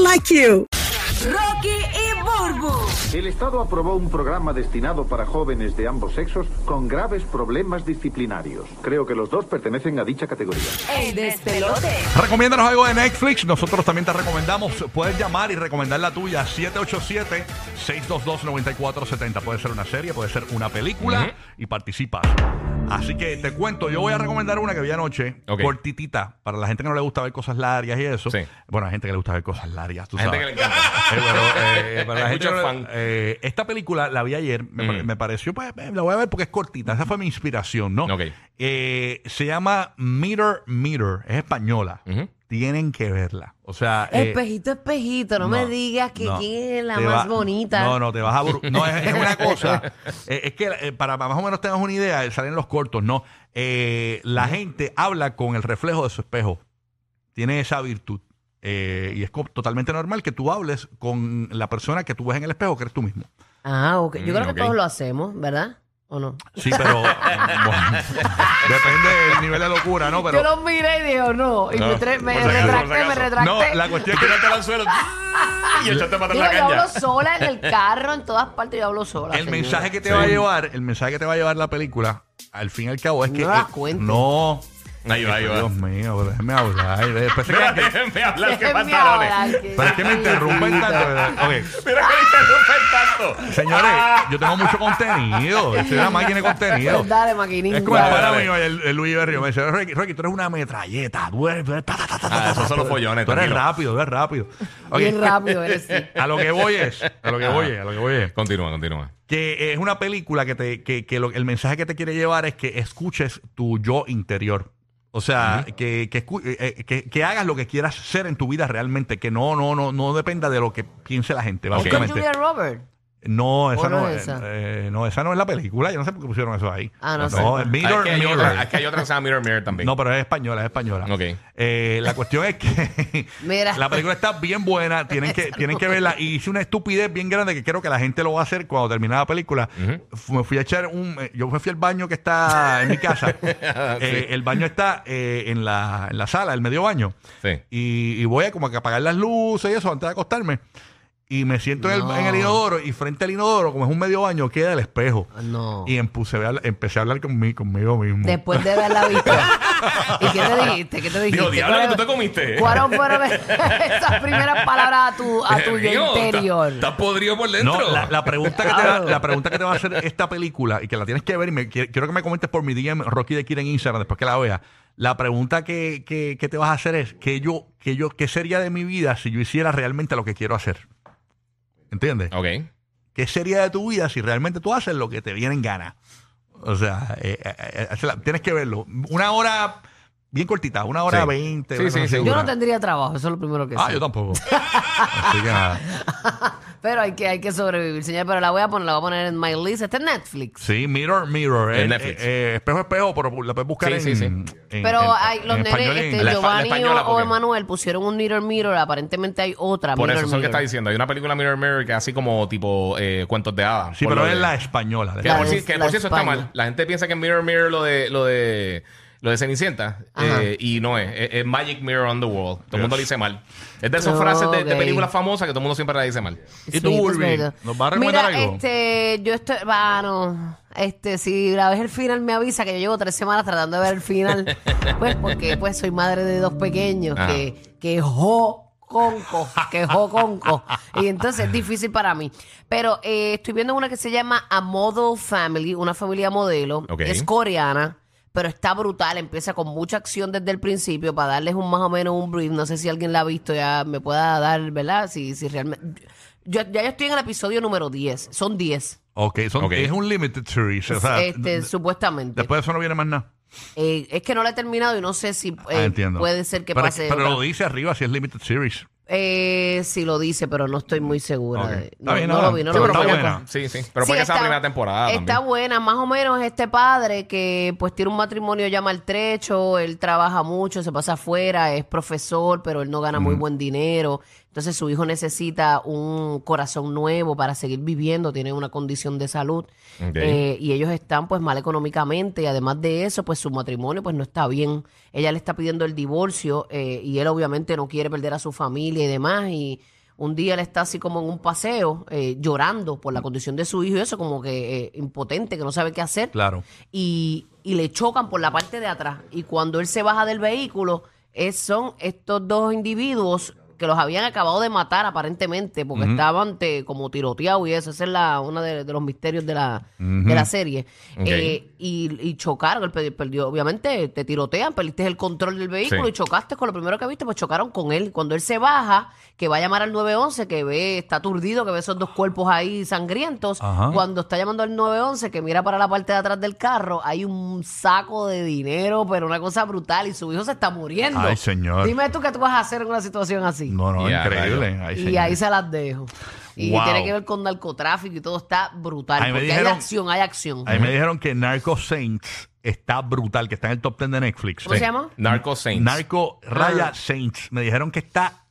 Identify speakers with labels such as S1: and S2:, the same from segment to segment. S1: like you.
S2: Rocky y Burbu.
S3: El Estado aprobó un programa destinado para jóvenes de ambos sexos con graves problemas disciplinarios. Creo que los dos pertenecen a dicha categoría.
S2: El despelote.
S4: Recomiéndanos algo de Netflix. Nosotros también te recomendamos. Puedes llamar y recomendar la tuya. 787-622-9470. Puede ser una serie, puede ser una película y participas. Así que te cuento, yo voy a recomendar una que vi anoche,
S5: Ok.
S4: cortitita, para la gente que no le gusta ver cosas largas y eso.
S5: Sí.
S4: Bueno, hay gente que le gusta ver cosas largas, tú
S5: Hay gente que
S4: sabes.
S5: le encanta.
S4: Eh, bueno, eh, para la
S5: Hay
S4: gente
S5: mucho
S4: que no-
S5: fan.
S4: eh, esta película la vi ayer, me, pare- me pareció, pues eh, la voy a ver porque es cortita, esa fue mi inspiración, ¿no?
S5: Ok.
S4: Eh, se llama Meter Meter, es española.
S5: Ujú.
S4: Tienen que verla. O sea, eh,
S6: Espejito, espejito, no, me digas que
S4: no.
S6: quién es la
S4: Te
S6: más
S4: va-
S6: bonita.
S4: No, no, te vas a. abru- No, es, es una cosa. eh, es que eh, para más o menos tengas una idea, eh, salen los cortos, ¿no? Eh, la gente habla con el reflejo de su espejo. Tiene esa virtud. Eh, y es co- totalmente normal que tú hables con la persona que tú ves en el espejo, que eres tú mismo.
S6: Ah, ok.
S5: Mm,
S6: Yo creo que
S5: ok.
S6: todos lo hacemos, ¿verdad? ¿O no?
S4: Sí, pero. bueno, depende del nivel de locura, ¿no? Pero.
S6: Yo los miré y dije, "Oh, no. Y
S5: No,
S6: me, tre- me
S5: por si acaso, por si
S6: retracté, me
S5: acaso.
S6: retracté.
S4: No, la cuestión es que.
S5: Tírate al suelo ¡ah! y echaste para
S6: Digo,
S5: atrás la
S6: yo hablo
S5: caña.
S6: sola en el carro, en todas partes yo hablo sola.
S4: El
S6: señora.
S4: mensaje que te
S5: Sí.
S4: va a llevar, el mensaje que te va a llevar la película, al fin y al cabo, es
S6: No
S4: que.
S6: das
S4: eh,
S6: cuenta.
S4: no.
S5: Ahí va, ahí va.
S4: Dios mío, pero déjeme hablar. y después se quedan-
S5: Déjenme hablar, qué
S6: Déjenme
S5: pantalones.
S6: hablar,
S4: Pero es que me interrumpen tanto. ¿verdad? Ok.
S5: Mira que me interrumpen tanto.
S4: Señores,
S5: Ah.
S4: yo tengo mucho contenido. Soy una máquina de contenido.
S6: Pues dale, maquinín.
S4: Es como el
S5: Dale,
S4: pana
S5: dale.
S4: mío, el, el Luis Berrio. Me dice, Rocky, Rocky, tú eres una metralleta. Tú eres, tú eres- ta, ta, ta, ta,
S5: Ah,
S4: ta,
S5: esos
S4: ta,
S5: son los
S4: tú-
S5: follones,
S4: Tú eres
S5: tranquilo.
S4: rápido, tú eres rápido. Ok.
S6: Bien rápido eres, sí.
S4: A lo que voy es, a lo
S5: Ah.
S4: que voy es, a lo que voy es.
S5: Continúa, continúa.
S4: Que es una película que, te, que, que lo- el mensaje que te quiere llevar es que escuches tu yo interior. O sea, que, que, escu- eh, eh, que- que hagas lo que quieras ser en tu vida realmente, que no, no, no, no dependa de lo que piense la gente,
S6: ¿Es con
S4: básicamente.
S6: Julia Roberts?
S4: No, esa
S6: ¿O
S4: no,
S6: no
S4: eh,
S6: es esa?
S4: eh, no, esa no es la película. Yo no sé por qué pusieron eso ahí.
S6: Ah, no sé.
S4: No, es Mirror,
S5: Ah, es, que hay
S4: Mirror.
S5: otra, es que hay otra que se llama Mirror Mirror también.
S4: No, pero es española, es española.
S5: Ok.
S4: Eh, la cuestión es que
S6: Mira.
S4: la película está bien buena, tienen que, tienen que verla. Y hice una estupidez bien grande que creo que la gente lo va a hacer cuando termine la película. Fu- Me fui a echar un. eh, Yo me fui al baño que está en mi casa. Eh, el baño está eh, en, la, en la sala, el medio baño.
S5: Sí.
S4: Y, y voy a como que apagar las luces y eso antes de acostarme. Y me siento en, el,
S6: No.
S4: en el inodoro y frente al inodoro, como es un medio baño, queda el espejo.
S6: Ah, No.
S4: Y empecé a hablar, empecé a hablar conmigo, conmigo mismo.
S6: Después de haberla visto. ¿Y qué te dijiste? ¿Qué te dijiste?
S5: Digo, diablo, que tú te
S6: ¿Cuál-
S5: comiste.
S6: ¿Cuáles fueron esas primeras palabras a tu, a tu yo
S5: Mío, está-
S6: interior?
S5: Estás podrido por dentro.
S4: No, la, la pregunta que te va,
S6: Claro.
S4: la pregunta que te va a hacer esta película y que la tienes que ver y me, qui- quiero que me comentes por mi DM Rocky de Kira en Instagram después que la vea. La pregunta que, que- que te vas a hacer es que yo que yo qué sería de mi vida si yo hiciera realmente lo que quiero hacer. ¿Entiendes?
S5: Ok.
S4: ¿Qué sería de tu vida si realmente tú haces lo que te viene en gana? O sea, eh, eh, eh, se la- tienes que verlo. Una hora bien cortita, una hora
S5: Sí.
S4: veinte.
S5: Sí,
S4: una
S5: sí,
S4: cosa
S5: seguro.
S6: Yo
S4: segura.
S6: no tendría trabajo, eso es lo primero que
S4: Ah,
S6: sé.
S4: yo tampoco. Así que nada.
S6: Pero hay que, hay que sobrevivir, señor. Pero la voy a poner, la voy a poner en my list. Está en Netflix.
S4: Sí, Mirror, Mirror.
S5: En
S4: eh,
S5: Netflix.
S4: eh, espejo, espejo, pero la puedes buscar
S5: Sí,
S4: en,
S5: sí,
S4: en-
S6: Pero
S4: en-
S6: hay,
S4: en
S6: los nenes,
S4: español y en
S6: este,
S4: inglés.
S5: la espa- la
S6: Giovanni
S5: española,
S6: o
S5: porque-
S6: Emanuel pusieron un Mirror Mirror. Aparentemente hay otra
S5: Por eso
S6: Mirror
S5: es lo que
S6: Mirror.
S5: está diciendo. Hay una película Mirror Mirror que es así como tipo eh, cuentos de hadas.
S4: Sí,
S5: Por
S4: pero
S5: lo
S4: es
S5: de-
S4: la española. de
S5: Que por,
S4: verdad.
S6: La
S5: si,
S6: de-
S5: que
S6: la
S5: por si
S6: de
S5: eso está
S6: España.
S5: mal. La gente piensa que Mirror Mirror lo de lo de lo de Cenicienta
S6: Ajá.
S5: eh, y no es, es, es Magic Mirror on the Wall. Todo el mundo lo dice mal. Es de esas
S6: Oh,
S5: frases de, de
S6: ok.
S5: películas famosas que todo el mundo siempre la dice mal.
S4: ¿Y tú,
S6: Sí,
S4: Urbi?
S6: es verdad.
S4: ¿Nos vas a recomendar
S6: Mira,
S4: algo?
S6: este, yo estoy... Bueno, este, si la vez el final me avisa que yo llevo tres semanas tratando de ver el final, pues porque pues soy madre de dos pequeños
S5: Ajá.
S6: que, que jo conco, que jo conco. Y entonces es difícil para mí. Pero eh, estoy viendo una que se llama A Model Family, una familia modelo.
S5: Ok.
S6: Es coreana. Pero está brutal, empieza con mucha acción desde el principio para darles un más o menos un brief. No sé si alguien la ha visto, ya me pueda dar, ¿verdad? Si, si realmente. Yo, ya yo estoy en el episodio número 10, son 10,
S4: Ok, son-
S5: Ok.
S4: es un limited series. o sea,
S6: este,
S4: d- d-
S6: supuestamente.
S4: después de eso no viene más nada.
S6: Eh, es que no la he terminado y no sé si
S4: Ah,
S6: eh,
S4: entiendo.
S6: puede ser que
S4: pero,
S6: pase.
S4: Pero
S6: otra.
S4: lo dice arriba si es limited series.
S6: Eh, sí lo dice, pero no estoy muy segura.
S4: Ok.
S6: de-
S4: Está
S6: No,
S4: bien,
S6: no
S4: nada.
S6: lo vi, no
S4: Sí,
S6: lo vi.
S4: pero está
S5: fue-
S4: buena.
S5: Sí, sí. Pero
S6: Sí,
S5: fue que esa
S6: está-
S5: primera temporada.
S6: Está
S5: también.
S6: buena, más o menos este padre que pues tiene un matrimonio ya maltrecho, él trabaja mucho, se pasa afuera, es profesor, pero él no gana muy buen dinero. Entonces su hijo necesita un corazón nuevo para seguir viviendo, tiene una condición de salud.
S5: Ok.
S6: Eh, y ellos están pues mal económicamente y además de eso pues su matrimonio pues no está bien. Ella le está pidiendo el divorcio eh, y él obviamente no quiere perder a su familia y demás y un día él está así como en un paseo eh, llorando por la condición de su hijo y eso como que eh, impotente que no sabe qué hacer
S4: Claro.
S6: y, y le chocan por la parte de atrás. Y cuando él se baja del vehículo, es- son estos dos individuos que los habían acabado de matar aparentemente, porque estaban te- como tiroteados y eso. Esa es la, una de, de los misterios de la, de la serie.
S5: Ok.
S6: Eh, y, y chocaron, él pe- perdió, obviamente te tirotean, perdiste el control del vehículo
S5: Sí.
S6: y chocaste con lo primero que viste, pues chocaron con él. Cuando él se baja, que va a llamar al 911, que ve, está aturdido, que ve esos dos cuerpos ahí sangrientos,
S4: Ajá.
S6: cuando cuando está llamando al 911, que mira para la parte de atrás del carro, hay un saco de dinero, pero una cosa brutal, y su hijo se está muriendo.
S4: Ay, señor.
S6: Dime tú qué tú vas a hacer en una situación así.
S4: No, no,
S5: Ya,
S4: increíble.
S5: rayo.
S4: Ay,
S6: y
S4: señor.
S6: ahí se las dejo. Y
S4: Wow.
S6: tiene que ver con narcotráfico y todo está brutal.
S4: Ahí me
S6: porque hay
S4: dijeron-
S6: acción, hay acción.
S4: Ahí me dijeron que Narco Saints está brutal, que está en el top 10 de Netflix.
S6: ¿Cómo se llama? Ah.
S5: Narco Saints.
S4: Narco Raya Saints. Me dijeron que está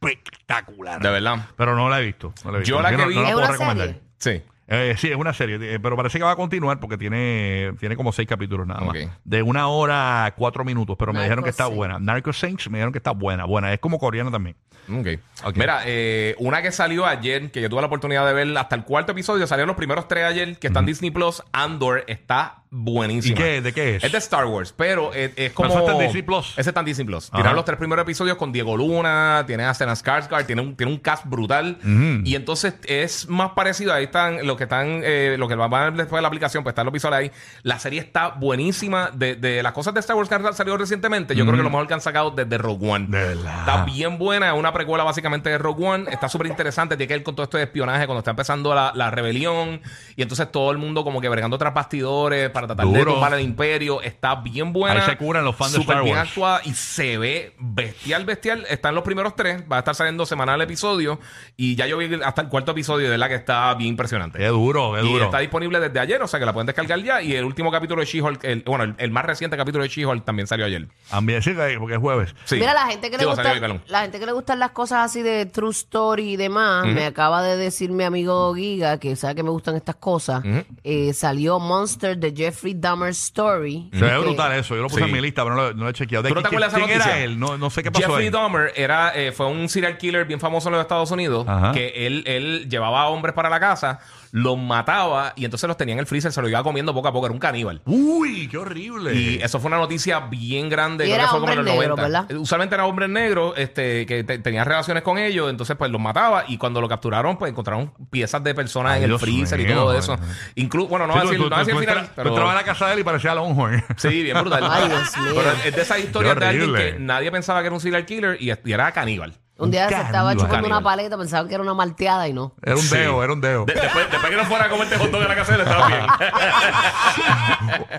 S4: espectacular.
S5: De verdad.
S4: Pero no la he visto. no la he visto.
S5: Yo la que
S4: no-
S5: vi-
S4: no la
S5: ¿Es
S4: puedo
S6: una
S4: recomendar.
S6: serie?
S5: Sí.
S4: Eh, sí, es una serie, eh, pero parece que va a continuar porque tiene, tiene como seis capítulos nada más.
S5: Ok.
S4: De una hora a cuatro minutos, pero me dijeron que
S6: Narcos
S4: está
S6: Saints.
S4: buena. Narco Saints me dijeron que está buena, buena. Es como coreana también.
S5: Ok.
S4: Ok.
S5: Mira, eh, una que salió ayer, que yo tuve la oportunidad de ver hasta el cuarto episodio, salieron los primeros tres ayer, que está en Disney Plus, Andor, está
S4: ¿Y
S5: buenísima. Este
S4: qué, de qué es?
S5: Es de Star Wars, pero es, es como.
S4: Pero eso está en este Disney Plus.
S5: Ese está en Disney Plus.
S4: Ajá.
S5: Tiraron los tres primeros episodios con Diego Luna, tiene a Stellan Skarsgård, tiene un, tiene un cast brutal. Y entonces es más parecido. Ahí están los que están, eh, lo que van a ver después de la aplicación, pues están los visuales ahí. La serie está buenísima. De, de las cosas de Star Wars que han salido recientemente, yo creo que lo mejor que han sacado desde Rogue One.
S4: De verdad.
S5: Está bien buena, es una precuela básicamente de Rogue One. Está súper interesante, tiene que ver con todo esto de espionaje cuando está empezando la, la rebelión. Y entonces todo el mundo como que bregando tras bastidores para tratar de
S4: Duro.
S5: tumbar el imperio. Está bien buena.
S4: Ahí se curan los fans de
S5: Súper
S4: Star
S5: bien
S4: Wars.
S5: actuada y se ve bestial, bestial. Están los primeros tres, va a estar saliendo semanal el episodio. Y ya yo vi hasta el cuarto episodio, y de verdad que está bien impresionante.
S4: Es duro, es
S5: Y
S4: duro.
S5: está disponible desde ayer, o sea que la pueden descargar ya. Y el último capítulo de She-Hulk, el- bueno, el, el más reciente capítulo de She-Hulk también salió ayer.
S4: También sí, eh, porque es jueves.
S5: Sí.
S6: Mira, la gente que le
S5: Digo,
S6: gusta,
S5: salió hoy, perdón.
S6: la gente que le gustan las cosas así de true story y demás, me acaba de decir mi amigo Giga, que sabe que me gustan estas cosas, eh, salió Monster de Jeffrey Dahmer Story.
S4: Se ve
S6: que-
S4: brutal eso. Yo lo puse
S5: Sí.
S4: en mi lista, pero no lo, no lo he chequeado. ¿De
S5: ¿Tú no te
S4: quién-
S5: acuerdas de esa
S4: ¿Quién era
S5: noticia?
S4: él? No, no sé qué pasó
S5: Jeffrey
S4: ahí.
S5: Dahmer era, eh, fue un serial killer bien famoso en los Estados Unidos,
S4: Ajá.
S5: que él, él llevaba a hombres para la casa, los mataba y entonces los tenía en el freezer, se los iba comiendo poco a poco, era un caníbal.
S4: Uy, qué horrible.
S5: Y eso fue una noticia bien grande,
S6: Y
S5: creo
S6: era
S5: que fue como en los
S6: hombre
S5: 90.
S6: negro, ¿verdad?
S5: Usualmente era hombres negros este, que te- tenía relaciones con ellos, entonces pues los mataba y cuando lo capturaron, pues encontraron piezas de personas
S4: Ay,
S5: en el
S4: Dios
S5: freezer y
S4: mío.
S5: todo eso. Incluso, bueno, no
S4: Sí,
S5: va a
S4: tú-
S5: decir
S4: tú-
S5: no va a
S4: tú-
S5: decir el
S4: tú
S5: final,
S4: entra- tú
S5: pero-
S4: entrabas a la casa de él y parecía Longhorn.
S5: Sí, bien brutal.
S6: Ay, Dios mío.
S5: Pero es de esas historias
S4: Qué
S5: de alguien
S4: horrible.
S5: que nadie pensaba que era un serial killer y, y era caníbal.
S6: Un día se
S4: Un
S6: estaba
S4: caníbal.
S6: chupando una
S5: Caníbal.
S6: paleta, pensaba que era una malteada y no.
S4: Era un
S5: Sí.
S4: deo, era un deo.
S5: De- después, después que no fuera a comerte hot dog a la casa, él estaba bien.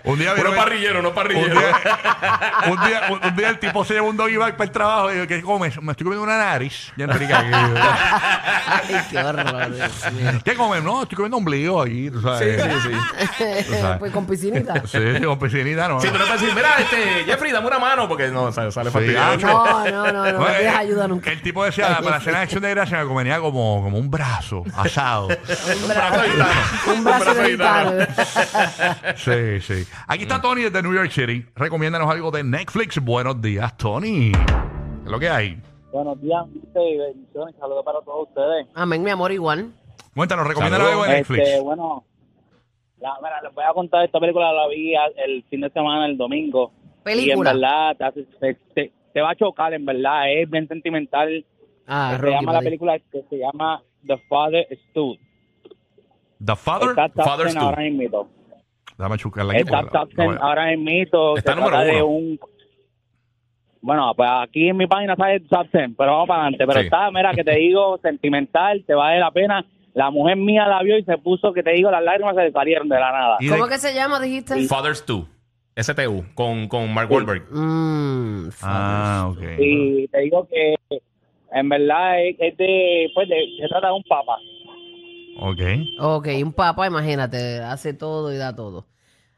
S4: Un día
S5: Uno
S4: vieron-
S5: es parrillero, no es
S4: Un
S5: parrillero.
S4: día, un, día, un- un día el tipo se lleva un doggy bag para el trabajo y digo, ¿qué comes? Me estoy comiendo una nariz. Ya entendí que-
S6: Ay, qué horror. Dios mío.
S4: ¿Qué comes? No, estoy comiendo ombligo allí, tú sabes. Sí, sí, sí. sabes.
S6: pues con piscinita.
S4: con piscinita, ¿no?
S5: Sí, pero no te decir, mira, este, Jeffrey, dame una mano, porque no, sale, sale
S4: Sí,
S5: fastidiado.
S4: ah,
S6: No, no, no, no, no,
S4: eh,
S6: pidas ayuda nunca.
S4: El tipo decía, para la cena de acción de gracia me convenía como, como un brazo asado.
S6: Un brazo,
S5: de gitano.
S6: un brazo de gitano.
S4: Sí, sí. Aquí está Tony desde New York City. Recomiéndanos algo de Netflix. Buenos días, Tony. ¿Qué es lo que hay?
S7: Buenos días, gente, y bendiciones. Saludos para todos ustedes.
S6: Amén, mi amor, igual.
S4: Cuéntanos, recomiéndanos algo
S5: Saludos.
S4: de Netflix.
S7: Este, bueno, la- mira, les voy a contar esta película, la vi a- el fin de semana, el domingo.
S6: Película.
S7: Y en verdad, te, hace- te- te- te va a chocar, en verdad, es bien sentimental.
S6: Ah,
S7: se
S6: Rocky,
S7: llama la
S6: me di-
S7: película que se llama The Father Stood.
S4: The Father.
S7: Está top
S5: Father
S7: 10
S5: Stood.
S7: ahora mismo.
S4: Déjame chucarla
S5: Pues,
S4: aquí.
S7: Está
S4: porque
S7: top
S4: la- la voy
S7: 10
S4: a-
S7: ahora mismo.
S5: eh. Está
S7: Se
S5: número
S7: trata de
S5: uno.
S7: un- Bueno, pues aquí en mi página sale el top 10, pero vamos para adelante. Pero
S5: Sí.
S7: está, mira, que te digo, sentimental, te vale la pena. La mujer mía la vio y se puso, que te digo, las lágrimas se le salieron de la nada.
S4: Y de-
S6: ¿Cómo que se llama, dijiste?
S5: Fathers 2, STU, con, con Mark Wahlberg.
S6: Mm,
S4: Ah, ok.
S7: Y te digo que En verdad es, es de, pues de, se trata de un papa.
S4: Ok.
S6: Ok, un papa, imagínate, hace todo y da todo.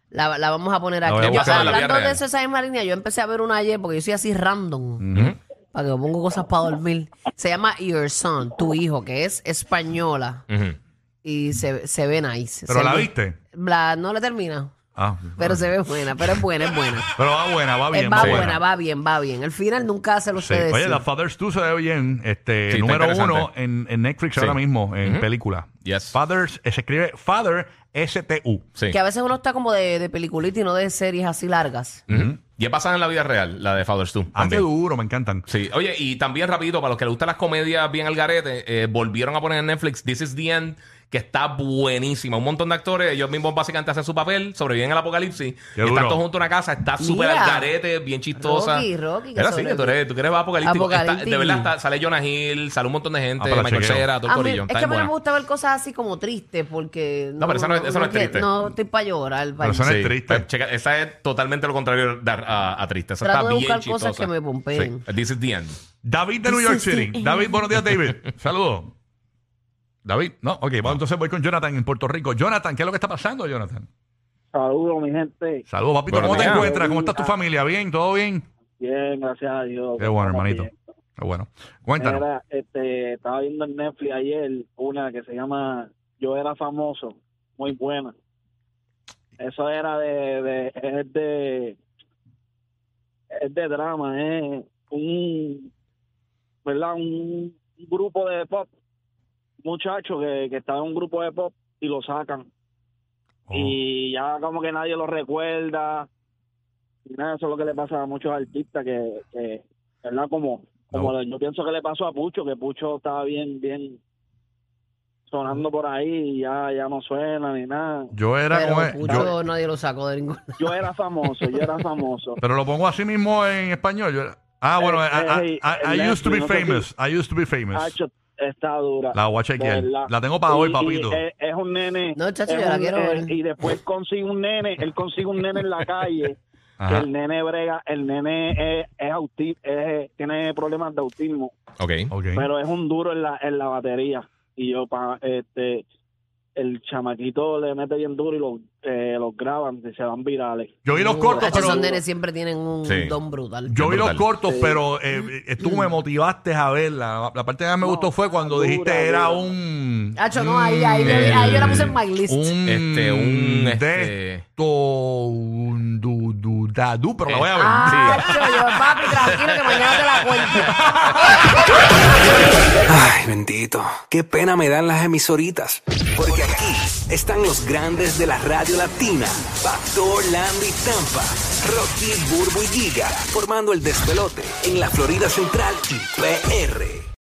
S6: La, la vamos a poner
S4: La
S6: aquí.
S4: voy a
S6: Yo,
S4: buscar en la
S6: hablando
S5: vida
S6: de
S5: real.
S6: eso, esa misma línea, yo empecé a ver una ayer porque yo soy así random.
S4: Ujú.
S6: Para que me pongo cosas para dormir. Se llama Your Son, tu hijo, que es española
S5: Ujú.
S6: y se, se ve nice.
S4: ¿Pero
S6: Se
S4: la
S6: ve-
S4: viste?
S6: La, no la termina,
S4: Ah.
S6: pero se ve buena, pero es buena, es buena.
S4: Pero va buena, va
S6: Eh,
S4: bien.
S6: va
S5: sí.
S6: buena, va bien, va bien. El final nunca hace lo
S4: Sí.
S6: ustedes.
S4: Oye, The Fathers 2 se ve bien. Este,
S5: Sí, está
S4: número
S5: interesante.
S4: uno en, en Netflix
S5: Sí.
S4: ahora mismo, en película.
S5: Yes.
S4: Fathers, eh, se escribe Father S-T-U.
S5: Sí.
S6: Que a veces uno está como de, de peliculita y no de series así largas.
S5: Ujú. Y he pasado en la vida real, la de Fathers 2.
S4: Ah, qué duro, me encantan.
S5: Sí, oye, y también rapidito, para los que les gustan las comedias bien al garete, eh, volvieron a poner en Netflix This is the End, que está buenísima. Un montón de actores, ellos mismos básicamente hacen su papel, sobreviven al apocalipsis,
S4: Qué
S5: y están
S4: duro.
S5: todos juntos en una casa, está súper
S6: Mira.
S5: al garete, bien chistosa.
S6: Rocky, Rocky, que
S5: Era así, que
S6: sobrevive.
S5: tú eres, tú eres apocalíptico. Está- de
S6: Apocalíptico.
S5: verdad, está- sale Jonah Hill, sale un montón de gente,
S4: Ah, para
S5: Michael
S4: chequeo.
S5: Cera, todo el
S6: A mí-
S5: corillo.
S6: es
S5: Está
S6: que a mí no
S5: buena.
S6: me gusta ver cosas así como tristes porque...
S5: No, pero esa no es- esa no es
S6: que-
S5: triste.
S6: No, estoy para llorar.
S4: Pero
S6: vaya.
S4: esa no es triste.
S5: Pues, checa, esa es totalmente lo contrario de- a, a triste. Esa
S6: Trato
S5: está
S6: de
S5: bien
S6: buscar cosas
S5: chistosa.
S6: que me pompeen.
S5: Sí. This is the end.
S4: David de New York City. David, buenos días, David. Saludos. David, no, ok, vamos entonces voy con Jonathan en Puerto Rico. Jonathan, ¿qué es lo que está pasando, Jonathan?
S7: Saludos, mi gente.
S4: Saludos, papito.
S5: Buenos
S4: ¿Cómo te
S5: días.
S4: encuentras? ¿Cómo está tu familia? ¿Bien? ¿Todo bien?
S7: Bien, gracias a Dios.
S4: Qué bueno, hermanito. Qué bueno. Cuéntanos.
S7: Mira, este, estaba viendo en Netflix ayer una que se llama Yo era famoso, muy buena. Eso era de, de es de es de drama, es un ¿verdad? un grupo de pop, muchacho que, que está en un grupo de pop y lo sacan
S4: Oh.
S7: y ya como que nadie lo recuerda. Y nada, eso es lo que le pasa a muchos artistas que, que ¿verdad? Como, como
S4: No.
S7: le- yo pienso que le pasó a Pucho, que Pucho estaba bien, bien sonando por ahí y ya, ya no suena ni nada.
S4: Yo era
S6: Pero
S4: como es-
S6: Pucho
S4: yo-
S6: nadie lo sacó de ningún...
S7: Yo era famoso, yo era famoso.
S4: pero lo pongo así mismo en español. yo era- ah, bueno,
S7: Eh,
S4: I- I,
S7: eh,
S4: I- I
S7: eh,
S4: used to be
S7: no sé
S4: famous. I used to be famous.
S7: Hacho, está dura.
S4: Pues, La voy a chequear.
S7: de verdad.
S4: La tengo para hoy,
S7: Y- y
S4: papito.
S7: es, es un nene.
S6: No, chacho,
S7: es
S6: yo la
S7: un-
S6: quiero
S7: eh,
S6: ver.
S7: Y después consigue un nene, él consigue un nene en la calle. que
S4: Ajá.
S7: el nene brega, el nene es, es auti- es- tiene problemas de autismo,
S5: Ok.
S4: Ok.
S7: pero es un duro en la, en la batería. Y yo, pa, este, el chamaquito le mete bien duro y los, eh, los graban y se van virales.
S4: Yo vi los cortos,
S6: Hacho,
S4: pero.
S6: Esos nenes siempre tienen un
S5: Sí.
S6: don brutal.
S4: Yo vi los
S5: Brutal.
S4: cortos, pero eh, eh, tú me motivaste a verla. La parte que más me
S7: No,
S4: gustó fue cuando
S7: dura,
S4: dijiste era
S7: dura.
S4: un.
S6: Hacho, no, ahí, ahí, yo- ahí yo la puse en my list.
S4: Un.
S5: Este, un, este-
S4: de esto, un du, du, da, du, pero la voy a ver.
S6: Ah, Hacho, yo, papi, tranquilo que mañana te la cuento.
S8: Ay, bendito. Qué pena me dan las emisoritas. Porque aquí están los grandes de la radio latina. Factor Orlando y Tampa. Rocky, Burbu y Giga. Formando el despelote en la Florida Central y PR.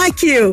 S1: like you.